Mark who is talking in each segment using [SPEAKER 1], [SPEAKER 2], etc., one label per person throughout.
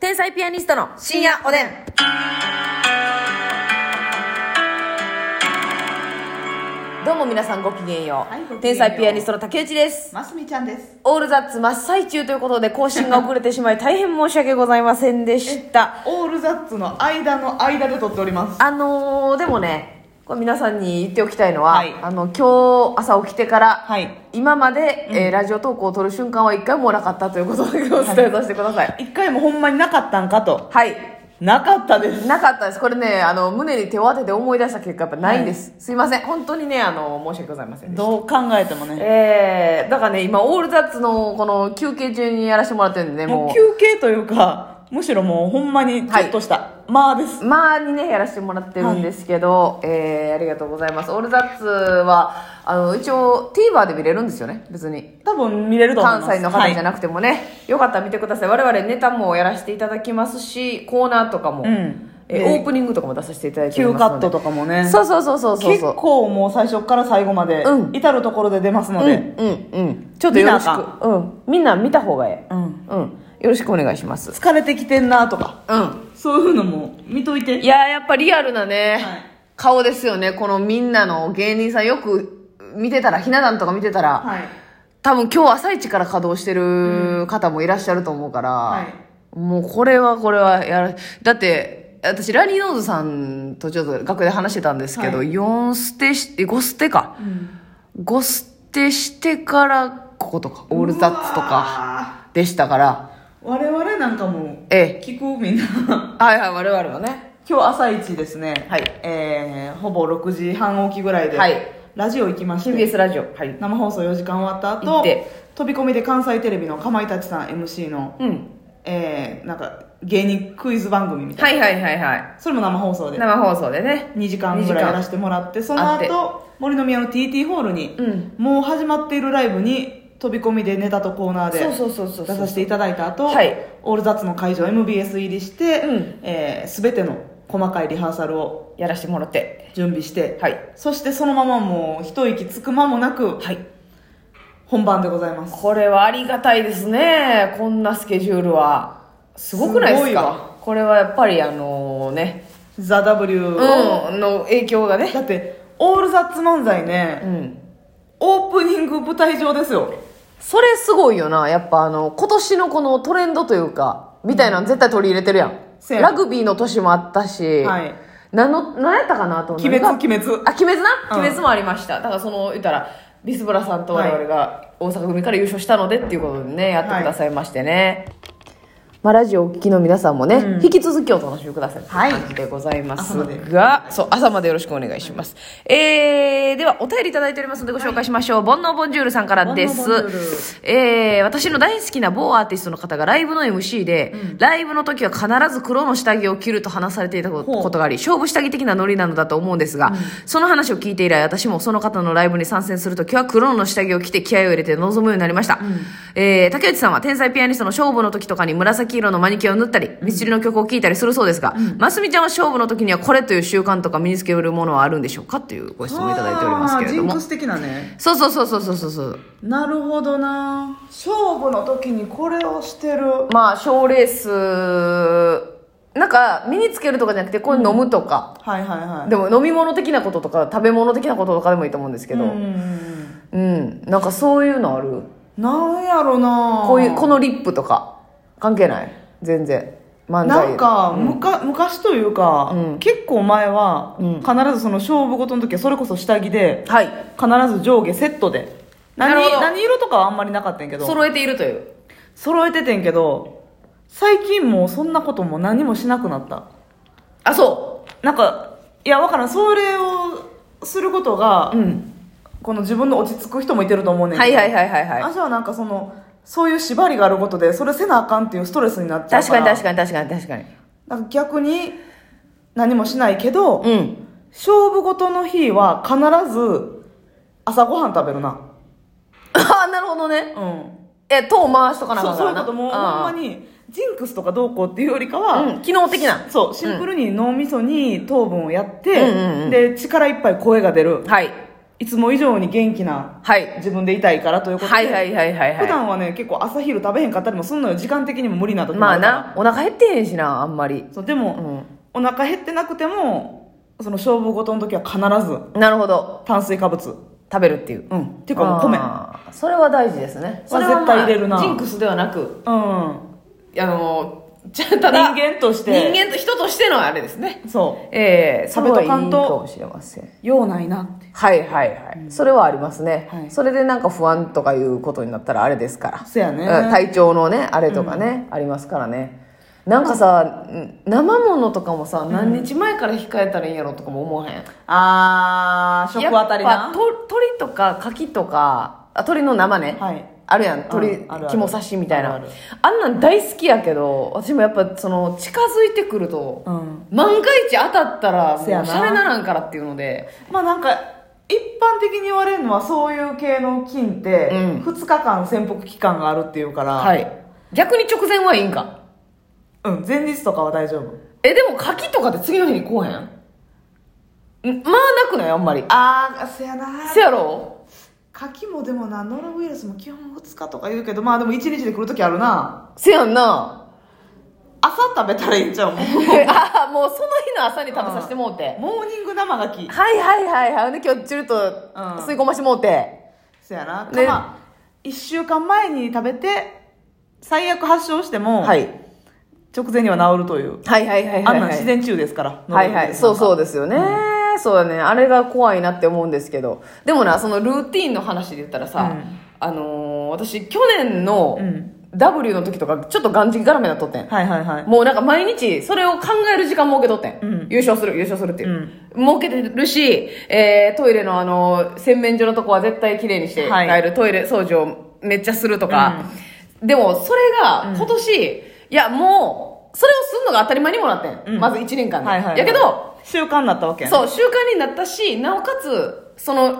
[SPEAKER 1] 天才ピアニストの深夜おでん。どうも皆さんごきげんよう。
[SPEAKER 2] はいごきげんよう
[SPEAKER 1] 天才ピアニストの竹内です。
[SPEAKER 2] ますみちゃんです。
[SPEAKER 1] オールザッツ真っ最中ということで更新が遅れてしまい大変申し訳ございませんでした。
[SPEAKER 2] オールザッツの間の間で撮っております。
[SPEAKER 1] あのー、でもね、これ皆さんに言っておきたいのは、
[SPEAKER 2] はい
[SPEAKER 1] あの、今日朝起きてから、
[SPEAKER 2] はい。
[SPEAKER 1] 今まで、えーラジオ投稿を撮る瞬間は一回もなかったということでお伝えさせてください。
[SPEAKER 2] 一回もほんまになかったんかと。
[SPEAKER 1] はい。
[SPEAKER 2] なかったです。
[SPEAKER 1] なかったです。これね、あの、胸に手を当てて思い出した結果、やっぱないんです。すいません。本当にね、あの、申し訳ございませんでした。
[SPEAKER 2] どう考えてもね。
[SPEAKER 1] えー、だからね、今、オールザッツの、この、休憩中にやらせてもらってるんでね、
[SPEAKER 2] も
[SPEAKER 1] も
[SPEAKER 2] う休憩というか、むしろもうほんまにちょっとした、まあです。
[SPEAKER 1] う、まあにね、やらせてもらってるんですけど、えー、ありがとうございます。オールザッツは、あの、一応、TVer で見れるんですよね、別に。
[SPEAKER 2] 多分見れると思いま
[SPEAKER 1] 関
[SPEAKER 2] す。
[SPEAKER 1] 西の方じゃ
[SPEAKER 2] はい
[SPEAKER 1] なくてもね、よかったら見てください。我々ネタもやらせていただきますし、コーナーとかも、
[SPEAKER 2] うん
[SPEAKER 1] え
[SPEAKER 2] で
[SPEAKER 1] オープニングとかも出させていただいており
[SPEAKER 2] 旧
[SPEAKER 1] ま
[SPEAKER 2] カ
[SPEAKER 1] すの
[SPEAKER 2] ッ
[SPEAKER 1] で
[SPEAKER 2] トとかもね。
[SPEAKER 1] そうそうそうそうそう
[SPEAKER 2] 結
[SPEAKER 1] そう。
[SPEAKER 2] 構もう最初から最後まで、
[SPEAKER 1] うん
[SPEAKER 2] 至るところで出ますので、
[SPEAKER 1] うんうんうんちょっとよろし
[SPEAKER 2] 見なあ
[SPEAKER 1] くうんみんな見た方がええ
[SPEAKER 2] う
[SPEAKER 1] う
[SPEAKER 2] ん
[SPEAKER 1] んよろしくお願いします
[SPEAKER 2] 疲れてきてんなとか、
[SPEAKER 1] うん
[SPEAKER 2] そういうのも見といて。
[SPEAKER 1] いやーやっぱリアルなね、
[SPEAKER 2] はい
[SPEAKER 1] 顔ですよねこのみんなの芸人さんよく見てたらひな壇とか見てたら、
[SPEAKER 2] はい。
[SPEAKER 1] 多分今日朝一から稼働してる方もいらっしゃると思うから、
[SPEAKER 2] はい
[SPEAKER 1] もうこれはこれはやらだって私ラニーノーズさんとちょっと楽屋で話してたんですけど、
[SPEAKER 2] は
[SPEAKER 1] 4ステして5ステか、5ステしてからこことかオールザッツとかでしたから
[SPEAKER 2] うわー。我々なんかも、
[SPEAKER 1] ええ
[SPEAKER 2] 聞くみんな。
[SPEAKER 1] はいはい我々はね
[SPEAKER 2] 今日朝一ですね、
[SPEAKER 1] はい
[SPEAKER 2] えーほぼ6時半起きぐらいで、
[SPEAKER 1] はい
[SPEAKER 2] ラジオ行きまして
[SPEAKER 1] TBS ラジオはい
[SPEAKER 2] 生放送4時間終わった
[SPEAKER 1] 行っ
[SPEAKER 2] 後
[SPEAKER 1] て
[SPEAKER 2] 飛び込みで関西テレビのかまいたちさん MC の、
[SPEAKER 1] うん
[SPEAKER 2] えーなんか芸人クイズ番組みたい
[SPEAKER 1] はいはいはいはい
[SPEAKER 2] なそれも生放送で
[SPEAKER 1] 生放送でね
[SPEAKER 2] 2時間ぐらいやらせてもらってその
[SPEAKER 1] あって
[SPEAKER 2] 後森の宮の TT ホールに、
[SPEAKER 1] うん
[SPEAKER 2] もう始まっているライブに飛び込みでネタとコーナーで
[SPEAKER 1] そうそうそうそう
[SPEAKER 2] 出させていただいた後、
[SPEAKER 1] はい
[SPEAKER 2] オールザッツの会場 MBS 入りして、
[SPEAKER 1] うん
[SPEAKER 2] えー、全ての細かいリハーサルを
[SPEAKER 1] やらしてもらって
[SPEAKER 2] 準備して、
[SPEAKER 1] はい
[SPEAKER 2] そしてそのままもう一息つく間もなく
[SPEAKER 1] はい
[SPEAKER 2] 本番でございます
[SPEAKER 1] これはありがたいですねこんなスケジュールはすごくないです
[SPEAKER 2] すごい
[SPEAKER 1] か
[SPEAKER 2] わ
[SPEAKER 1] これはやっぱりあのね
[SPEAKER 2] 「ザ・ w
[SPEAKER 1] う
[SPEAKER 2] を、
[SPEAKER 1] んの影響がね
[SPEAKER 2] だって「オールザッツ漫才
[SPEAKER 1] う
[SPEAKER 2] ね」
[SPEAKER 1] ん
[SPEAKER 2] オープニング舞台上ですよ
[SPEAKER 1] それすごいよなやっぱあの今年のこのトレンドというかみたいなの絶対取り入れてるやん、
[SPEAKER 2] せやな
[SPEAKER 1] ラグビーの年もあったし、
[SPEAKER 2] はい
[SPEAKER 1] 何の何やったかなと
[SPEAKER 2] 「
[SPEAKER 1] 思
[SPEAKER 2] 鬼滅鬼滅
[SPEAKER 1] あ、鬼滅な、
[SPEAKER 2] うん
[SPEAKER 1] 鬼滅もありました。だからその、言ったら、ビスブラさんと我々が大阪組から優勝したのでっていうことでね、やってくださいましてね。まあ、ラジオをお聞きの皆さんもね、引き続きお楽しみくださいという感じでございます
[SPEAKER 2] はい朝
[SPEAKER 1] が、そう、朝までよろしくお願いします。えー、ではお便りいただいておりますのでご紹介しましょう。煩悩ボンジュールさんからで
[SPEAKER 2] 煩悩ボンジュ
[SPEAKER 1] す。えー、私の大好きな某アーティストの方がライブの MC で、ライブの時は必ず黒の下着を着ると話されていたこ
[SPEAKER 2] ほう
[SPEAKER 1] ことがあり勝負下着的なノリなのだと思うんですが、その話を聞いて以来私もその方のライブに参戦するときは黒の下着を着て気合を入れて臨むようになりました、えー竹内さんは天才ピアニストの勝負の時とかに紫色のマニキュアを塗ったりミスチルの曲を聴いたりするそうですが、ますみちゃんは勝負の時にはこれという習慣とか身につけるものはあるんでしょうかというご質問をいただいておりますけれど
[SPEAKER 2] あージン
[SPEAKER 1] も
[SPEAKER 2] クス的なね
[SPEAKER 1] そうそうそうそうそうそうそう
[SPEAKER 2] なるほどな勝負の時にこれをしてる
[SPEAKER 1] まあ賞レースなんか身につけるとかじゃなくてこれ飲むとか、
[SPEAKER 2] はいはいはい
[SPEAKER 1] でも飲み物的なこととか食べ物的なこととかでもいいと思うんですけど、う、
[SPEAKER 2] うんん
[SPEAKER 1] なんかそういうのある
[SPEAKER 2] なんやろな
[SPEAKER 1] こういうこのリップとか関係ない全然漫才
[SPEAKER 2] なんか、むか昔というか、結構前は、必ずその勝負事の時はそれこそ下着で
[SPEAKER 1] はい
[SPEAKER 2] 必ず上下セットで
[SPEAKER 1] なるほ
[SPEAKER 2] 何
[SPEAKER 1] ど
[SPEAKER 2] 何色とかはあんまりなかったんやけど
[SPEAKER 1] 揃えているという
[SPEAKER 2] 揃えててんけど最近もうそんなことも何もしなくなった
[SPEAKER 1] あそ
[SPEAKER 2] なんかいやわからんそれをすることが、
[SPEAKER 1] ううん
[SPEAKER 2] この自分の落ち着く人もいてると思うねん
[SPEAKER 1] はいはい
[SPEAKER 2] い
[SPEAKER 1] はいはいはい
[SPEAKER 2] 私はなんかそのそういう縛りがあることでそれせなあかんっていうストレスになっちゃう
[SPEAKER 1] 確
[SPEAKER 2] か
[SPEAKER 1] からに確かに確かに確かに
[SPEAKER 2] なんか逆に何もしないけど、
[SPEAKER 1] うん
[SPEAKER 2] 勝負事の日は必ず朝ごはん食べるな
[SPEAKER 1] ああなるほどね
[SPEAKER 2] うん
[SPEAKER 1] え塔回しとかなあ
[SPEAKER 2] そ
[SPEAKER 1] か
[SPEAKER 2] うんそうい
[SPEAKER 1] か
[SPEAKER 2] う
[SPEAKER 1] ら
[SPEAKER 2] こともう
[SPEAKER 1] な
[SPEAKER 2] ほんまにジンクスとかどうこうっていうよりかは、
[SPEAKER 1] あーうん機能的な
[SPEAKER 2] そうシンプルに脳みそに糖分をやって、
[SPEAKER 1] うんうんうん
[SPEAKER 2] で力いっぱい声が出る
[SPEAKER 1] はい
[SPEAKER 2] いつも以上に元気な
[SPEAKER 1] はい。
[SPEAKER 2] 自分でいたいからということで、
[SPEAKER 1] はいはいはいはい
[SPEAKER 2] 普
[SPEAKER 1] は
[SPEAKER 2] 段はね結構朝昼食べへんかったりもすんのよ時間的にも無理な時
[SPEAKER 1] い。
[SPEAKER 2] も
[SPEAKER 1] まあ
[SPEAKER 2] るから
[SPEAKER 1] な、お腹減ってへんしな、あんまり。
[SPEAKER 2] そうで
[SPEAKER 1] う
[SPEAKER 2] も、
[SPEAKER 1] ん。
[SPEAKER 2] お腹減ってなくてもその勝負事の時は必ず
[SPEAKER 1] なるほど。
[SPEAKER 2] 炭水化物
[SPEAKER 1] 食べるっていう。
[SPEAKER 2] うんっていうかもう米
[SPEAKER 1] あーそれは大事ですね。
[SPEAKER 2] それは
[SPEAKER 1] はまあ
[SPEAKER 2] 絶対入れるな
[SPEAKER 1] ジンクスではなく、
[SPEAKER 2] うん
[SPEAKER 1] あの、じゃあただ、
[SPEAKER 2] 人間とし
[SPEAKER 1] 人
[SPEAKER 2] て
[SPEAKER 1] 間と人としてのあれですね。
[SPEAKER 2] そ
[SPEAKER 1] ええ
[SPEAKER 2] 食べとかんと
[SPEAKER 1] それはいいかもしれません。
[SPEAKER 2] う用ないなって
[SPEAKER 1] はいはいはい、それはありますね、
[SPEAKER 2] はい
[SPEAKER 1] それでなんか不安とかいうことになったらあれですから
[SPEAKER 2] そやね
[SPEAKER 1] うん体調のねあれとかね、ありますからねなんかさ、ん生ものとかもさ何日前から控えたらいいんやろとかも思わへん、
[SPEAKER 2] あー食あたり
[SPEAKER 1] やっぱ
[SPEAKER 2] な
[SPEAKER 1] と鳥とか牡蠣とかあ鳥の生ね、
[SPEAKER 2] はい
[SPEAKER 1] あるやん鳥
[SPEAKER 2] うんあるある
[SPEAKER 1] 肝刺しみたいな
[SPEAKER 2] ある
[SPEAKER 1] あんなん大好きやけど私もやっぱその近づいてくると、
[SPEAKER 2] うん
[SPEAKER 1] 万が一当たったらもう
[SPEAKER 2] せやな
[SPEAKER 1] シャレならんからっていうので
[SPEAKER 2] まあなんか一般的に言われるのはそういう系の菌って
[SPEAKER 1] うん
[SPEAKER 2] 2日間潜伏期間があるっていうから、
[SPEAKER 1] はい逆に直前はいいんか
[SPEAKER 2] うん前日とかは大丈夫
[SPEAKER 1] えでも柿とかって次の日に来おへんんまあなくないあんまり
[SPEAKER 2] ああそやな
[SPEAKER 1] せやろ
[SPEAKER 2] 柿もでもなノロウイルスも基本2日とか言うけどまあでも1日で来る時あるな
[SPEAKER 1] せやんな
[SPEAKER 2] 朝食べたらいいんちゃうもう
[SPEAKER 1] ああもうその日の朝に食べさせてもうて
[SPEAKER 2] モーニング生ガキ
[SPEAKER 1] はいはいはいはいほんで今日ちゅると吸い込ましてもうて、
[SPEAKER 2] そやな、
[SPEAKER 1] ね
[SPEAKER 2] まあ1週間前に食べて最悪発症しても、
[SPEAKER 1] はい、
[SPEAKER 2] 直前には治るという
[SPEAKER 1] はいはいはいはい
[SPEAKER 2] あ
[SPEAKER 1] はい
[SPEAKER 2] んなん自然治癒ですから
[SPEAKER 1] はいはいそう
[SPEAKER 2] う
[SPEAKER 1] そうですよね、そうだねあれが怖いなって思うんですけどでもなそのルーティンの話で言ったらさ、
[SPEAKER 2] うん
[SPEAKER 1] あのー私去年の
[SPEAKER 2] うん
[SPEAKER 1] W の時とかちょっとがんじがらめなっとってん
[SPEAKER 2] はいはいはい
[SPEAKER 1] もうなんか毎日それを考える時間設けとってん。
[SPEAKER 2] うん
[SPEAKER 1] 優勝する、優勝するっていう。設けてるし、えー、トイレのあの、洗面所のとこは絶対綺麗にして帰る、
[SPEAKER 2] はい
[SPEAKER 1] トイレ掃除をめっちゃするとか。でも、それが今年、いや、もう、それをするのが当たり前にもなってん。
[SPEAKER 2] うん
[SPEAKER 1] まず1年間で。
[SPEAKER 2] はいはいはい
[SPEAKER 1] やけど、
[SPEAKER 2] 習慣になったわけやね
[SPEAKER 1] そう、習慣になったし、なおかつ、その、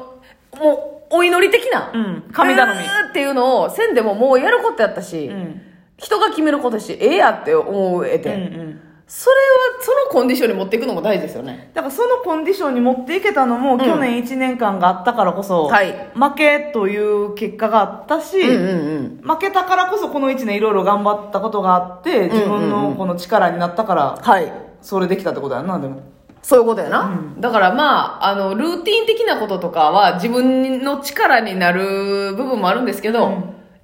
[SPEAKER 1] もう、お祈り的な、
[SPEAKER 2] うん神頼み
[SPEAKER 1] うーっていうのをせんでももうやることやったし、
[SPEAKER 2] うん
[SPEAKER 1] 人が決めることやし、ええやって思えて、
[SPEAKER 2] うんうん
[SPEAKER 1] それはそのコンディションに持っていくのも大事ですよね
[SPEAKER 2] だからそのコンディションに持っていけたのも、去年1年間があったからこそ、
[SPEAKER 1] はい
[SPEAKER 2] 負けという結果があったし、
[SPEAKER 1] うんうんうん
[SPEAKER 2] 負けたからこそこの1年いろいろ頑張ったことがあって自分のこの力になったから
[SPEAKER 1] はい
[SPEAKER 2] それできたってことやんなでも
[SPEAKER 1] そういうことやな、だからまああのルーティン的なこととかは自分の力になる部分もあるんですけど、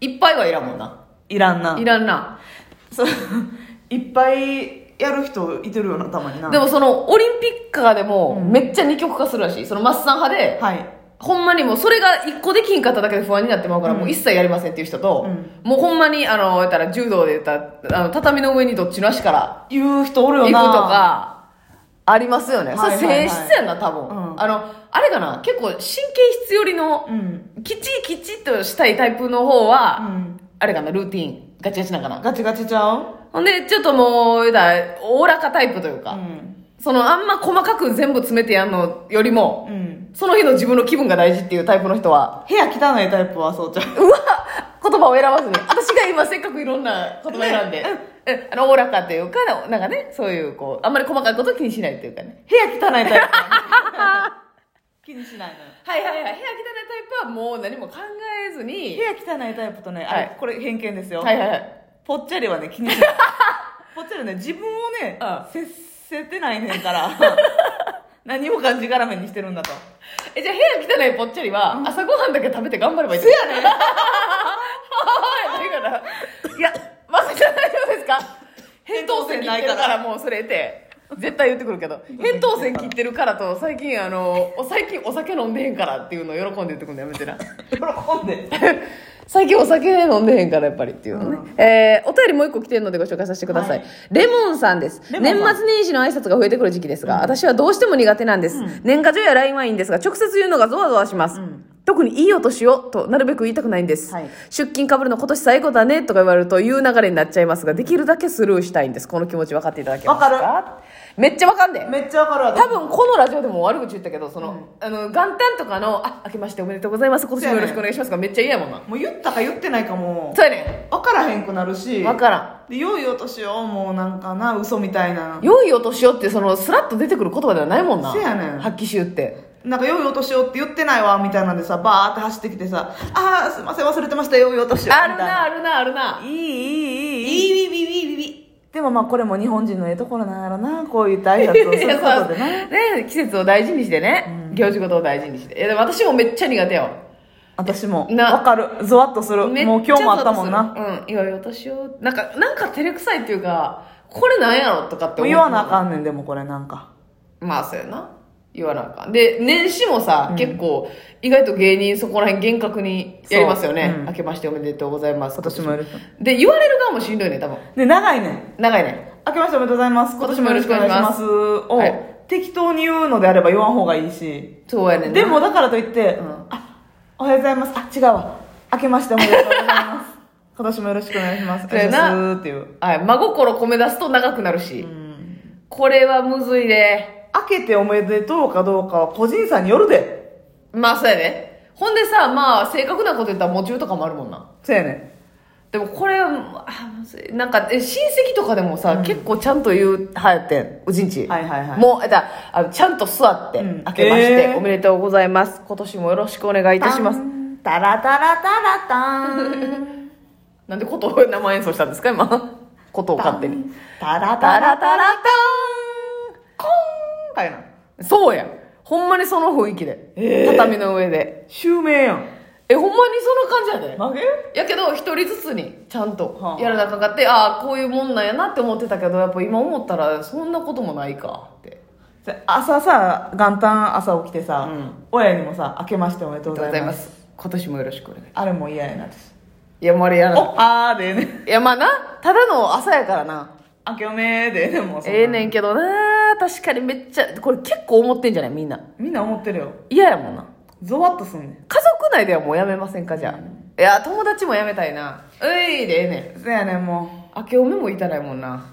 [SPEAKER 1] いっぱいはいらんもんない
[SPEAKER 2] らんない
[SPEAKER 1] らんな
[SPEAKER 2] そういっぱいやる人いてるよなたまにな
[SPEAKER 1] でもそのオリンピックがでもめっちゃ二極化するらしいそのマッサン派で、
[SPEAKER 2] はい
[SPEAKER 1] ほんまにもうそれが一個できんかっただけで不安になってまうから、もう一切やりませんっていう人と、もうほんまにあの言ったら柔道で言ったらあの畳の上にどっちの足から
[SPEAKER 2] 言う人おる
[SPEAKER 1] 行
[SPEAKER 2] よ
[SPEAKER 1] くと
[SPEAKER 2] な
[SPEAKER 1] かありますよね、
[SPEAKER 2] はいはいはい
[SPEAKER 1] それ性質やんな多分、
[SPEAKER 2] うん
[SPEAKER 1] あのあれかな結構神経質寄りの
[SPEAKER 2] うん
[SPEAKER 1] きっちりきっちりとしたいタイプの方は、
[SPEAKER 2] うん
[SPEAKER 1] あれかなルーティンガチガチなんかな
[SPEAKER 2] ガチガチちゃう
[SPEAKER 1] ほんでちょっともうだおおらかタイプというか、
[SPEAKER 2] うん
[SPEAKER 1] そのあんま細かく全部詰めてやんのよりも、
[SPEAKER 2] うん
[SPEAKER 1] その日の自分の気分が大事っていうタイプの人は
[SPEAKER 2] 部屋汚いタイプはそうちゃう
[SPEAKER 1] うわ言葉を選ばずに私が今せっかくいろんな言葉選んで、えあのおおらかというかなんかねそういうこうあんまり細かいこと気にしないというかね
[SPEAKER 2] 部屋汚いタイプやね 気にしないのよ
[SPEAKER 1] はいはいはい。部屋汚いタイプはもう何も考えずに。
[SPEAKER 2] 部屋汚いタイプとね、
[SPEAKER 1] はい
[SPEAKER 2] あれこれ偏見ですよ、
[SPEAKER 1] はいはいはい。
[SPEAKER 2] ぽっちゃりはね気にしない ぽっちゃりはね自分をね
[SPEAKER 1] ああ
[SPEAKER 2] 接せてないねんから 何をがんじがらめにしてるんだと
[SPEAKER 1] え、じゃあ部屋汚いぽっちゃりは、朝ごはんだけ食べて頑張ればいいですやねはい、だから。 いや、まさきさん大丈夫ですか扁桃腺切ってるからもうそれて。絶対言ってくるけど。扁桃腺切ってるからと、最近あの、お最近お酒飲んでへんからっていうのを喜んで言ってくるのやめてな。
[SPEAKER 2] 喜んで
[SPEAKER 1] 最近お酒飲んでへんからやっぱりっていうのね、えーお便りもう一個来てるのでご紹介させてください、
[SPEAKER 2] はい
[SPEAKER 1] レモンさんです
[SPEAKER 2] レモンさ
[SPEAKER 1] 年
[SPEAKER 2] ん
[SPEAKER 1] 末年始の挨拶が増えてくる時期ですが、私はどうしても苦手なんです、年賀状や LINE はいいんですが直接言うのがゾワゾワします、特にいいお年をとなるべく言いたくないんです、
[SPEAKER 2] はい
[SPEAKER 1] 出勤かぶるの今年最後だねとか言われるという流れになっちゃいますができるだけスルーしたいんですこの気持ち分かっていただけますか
[SPEAKER 2] 分
[SPEAKER 1] かるめっちゃ分かんね
[SPEAKER 2] めっちゃわかるわ
[SPEAKER 1] 多分このラジオでも悪口言ったけどその、あの元旦とかの「あ明けましておめでとうございます今年もよろしくお願いします」がめっちゃ嫌やもんな
[SPEAKER 2] もう言ったか言ってないかも
[SPEAKER 1] そうやね
[SPEAKER 2] 分からへんくなるし
[SPEAKER 1] ん分から
[SPEAKER 2] で良いお年をもうなんかな嘘みたいなん
[SPEAKER 1] 良いお年をってそのスラッと出てくる言葉ではないもんな
[SPEAKER 2] そうやねん
[SPEAKER 1] 発揮集って
[SPEAKER 2] なんか良いお年をって言ってないわみたいなんでさバーって走ってきてさ「ああすいません忘れてました良いお年を」みた
[SPEAKER 1] あ
[SPEAKER 2] い
[SPEAKER 1] る
[SPEAKER 2] な
[SPEAKER 1] な、あるな、あるな。
[SPEAKER 2] いいいいいいいいいいいいいいいいでもまあこれも日本人のええところなんやろなこういった挨拶をすること でね
[SPEAKER 1] ね、季節を大事にしてね、行事事を大事にして。いや、でも私もめっちゃ苦手よ。
[SPEAKER 2] 私も
[SPEAKER 1] な
[SPEAKER 2] わかるゾワッとする
[SPEAKER 1] めっちゃ
[SPEAKER 2] もう今日もあったもん
[SPEAKER 1] ゾ
[SPEAKER 2] な
[SPEAKER 1] ワッとする。うん、いやいや、私を、なんか、なんか照れくさいっていうか、これなんやろとかって思う。
[SPEAKER 2] 言わなあかんねんでもこれなんか
[SPEAKER 1] まあ、そうやな。言わなあかん。で、年始もさ、結構、意外と芸人そこら辺厳格にやりますよね
[SPEAKER 2] そ。ううん
[SPEAKER 1] 明けましておめでとうございます。
[SPEAKER 2] 今年もよろしく
[SPEAKER 1] で、言われる側もしんどいね、多分。
[SPEAKER 2] で長いねん
[SPEAKER 1] 長いね。
[SPEAKER 2] 明けましておめでとうございます今年もよろしくお願いしますを、
[SPEAKER 1] はい
[SPEAKER 2] 適当に言うのであれば言わん方がいいし
[SPEAKER 1] そうやねんな
[SPEAKER 2] で、もだからといって、
[SPEAKER 1] うん
[SPEAKER 2] あおはようございますあ違うわ明けましておめでとうございます 今年もよろしくお願いします
[SPEAKER 1] そうやな
[SPEAKER 2] お願いしますっていう
[SPEAKER 1] はい、真心込め出すと長くなるし。これはむずいで。
[SPEAKER 2] 明けておめでとうかどうかは個人差によるで
[SPEAKER 1] まあ、そうやね。ほんでさ、まあ、正確なこと言ったら、もちゅうとかもあるもんな。
[SPEAKER 2] そうやねん
[SPEAKER 1] でもこれはあむずいなんかえ親戚とかでもさ、結構ちゃんと言うはやってんうちんち、
[SPEAKER 2] はいはいはい
[SPEAKER 1] もうえだあのちゃんと座って、
[SPEAKER 2] う
[SPEAKER 1] 明け
[SPEAKER 2] ん
[SPEAKER 1] まして、
[SPEAKER 2] えー
[SPEAKER 1] おめでとうございます今年もよろしくお願いいたします
[SPEAKER 2] タラタラタラタン
[SPEAKER 1] なんでことを 生演奏したんですか今ことを勝手に
[SPEAKER 2] タ
[SPEAKER 1] タ
[SPEAKER 2] ラタ
[SPEAKER 1] ラ
[SPEAKER 2] ラ
[SPEAKER 1] タ
[SPEAKER 2] タ
[SPEAKER 1] ラ
[SPEAKER 2] ラ
[SPEAKER 1] タ
[SPEAKER 2] コーンかいな
[SPEAKER 1] ンそうやほんまにその雰囲気で、
[SPEAKER 2] えー
[SPEAKER 1] 畳の上で
[SPEAKER 2] 襲名やん
[SPEAKER 1] えほんまにその感じやで
[SPEAKER 2] 曲げ
[SPEAKER 1] やけど一人ずつにちゃんと
[SPEAKER 2] はあ
[SPEAKER 1] やらなあかんかって、ああこういうもんなんやなって思ってたけどやっぱ今思ったらそんなこともないかって
[SPEAKER 2] 朝さ元旦朝起きてさ、
[SPEAKER 1] うん
[SPEAKER 2] 親にもさ「明けましておめでと
[SPEAKER 1] あ
[SPEAKER 2] う
[SPEAKER 1] り
[SPEAKER 2] ご
[SPEAKER 1] がとうござ
[SPEAKER 2] ざ
[SPEAKER 1] い
[SPEAKER 2] い
[SPEAKER 1] ま
[SPEAKER 2] ます」
[SPEAKER 1] す。今年もよろしくお願い。
[SPEAKER 2] あれも嫌やな私
[SPEAKER 1] いや、もうあれやらな
[SPEAKER 2] おあーでええねん
[SPEAKER 1] い。いや、まあな、ただの朝やからな。
[SPEAKER 2] 明けおめーでええねんもうそんな
[SPEAKER 1] ええねんけどな、確かにめっちゃ、これ結構思ってんじゃないみんな。
[SPEAKER 2] みんな思ってるよ
[SPEAKER 1] 嫌やもんな。
[SPEAKER 2] ゾワッとすんねん
[SPEAKER 1] 家族内ではもうやめませんか、じゃあ。いや、友達もやめたいな。ういでええねん。
[SPEAKER 2] そやねんも
[SPEAKER 1] 明けおめもいたないもんな。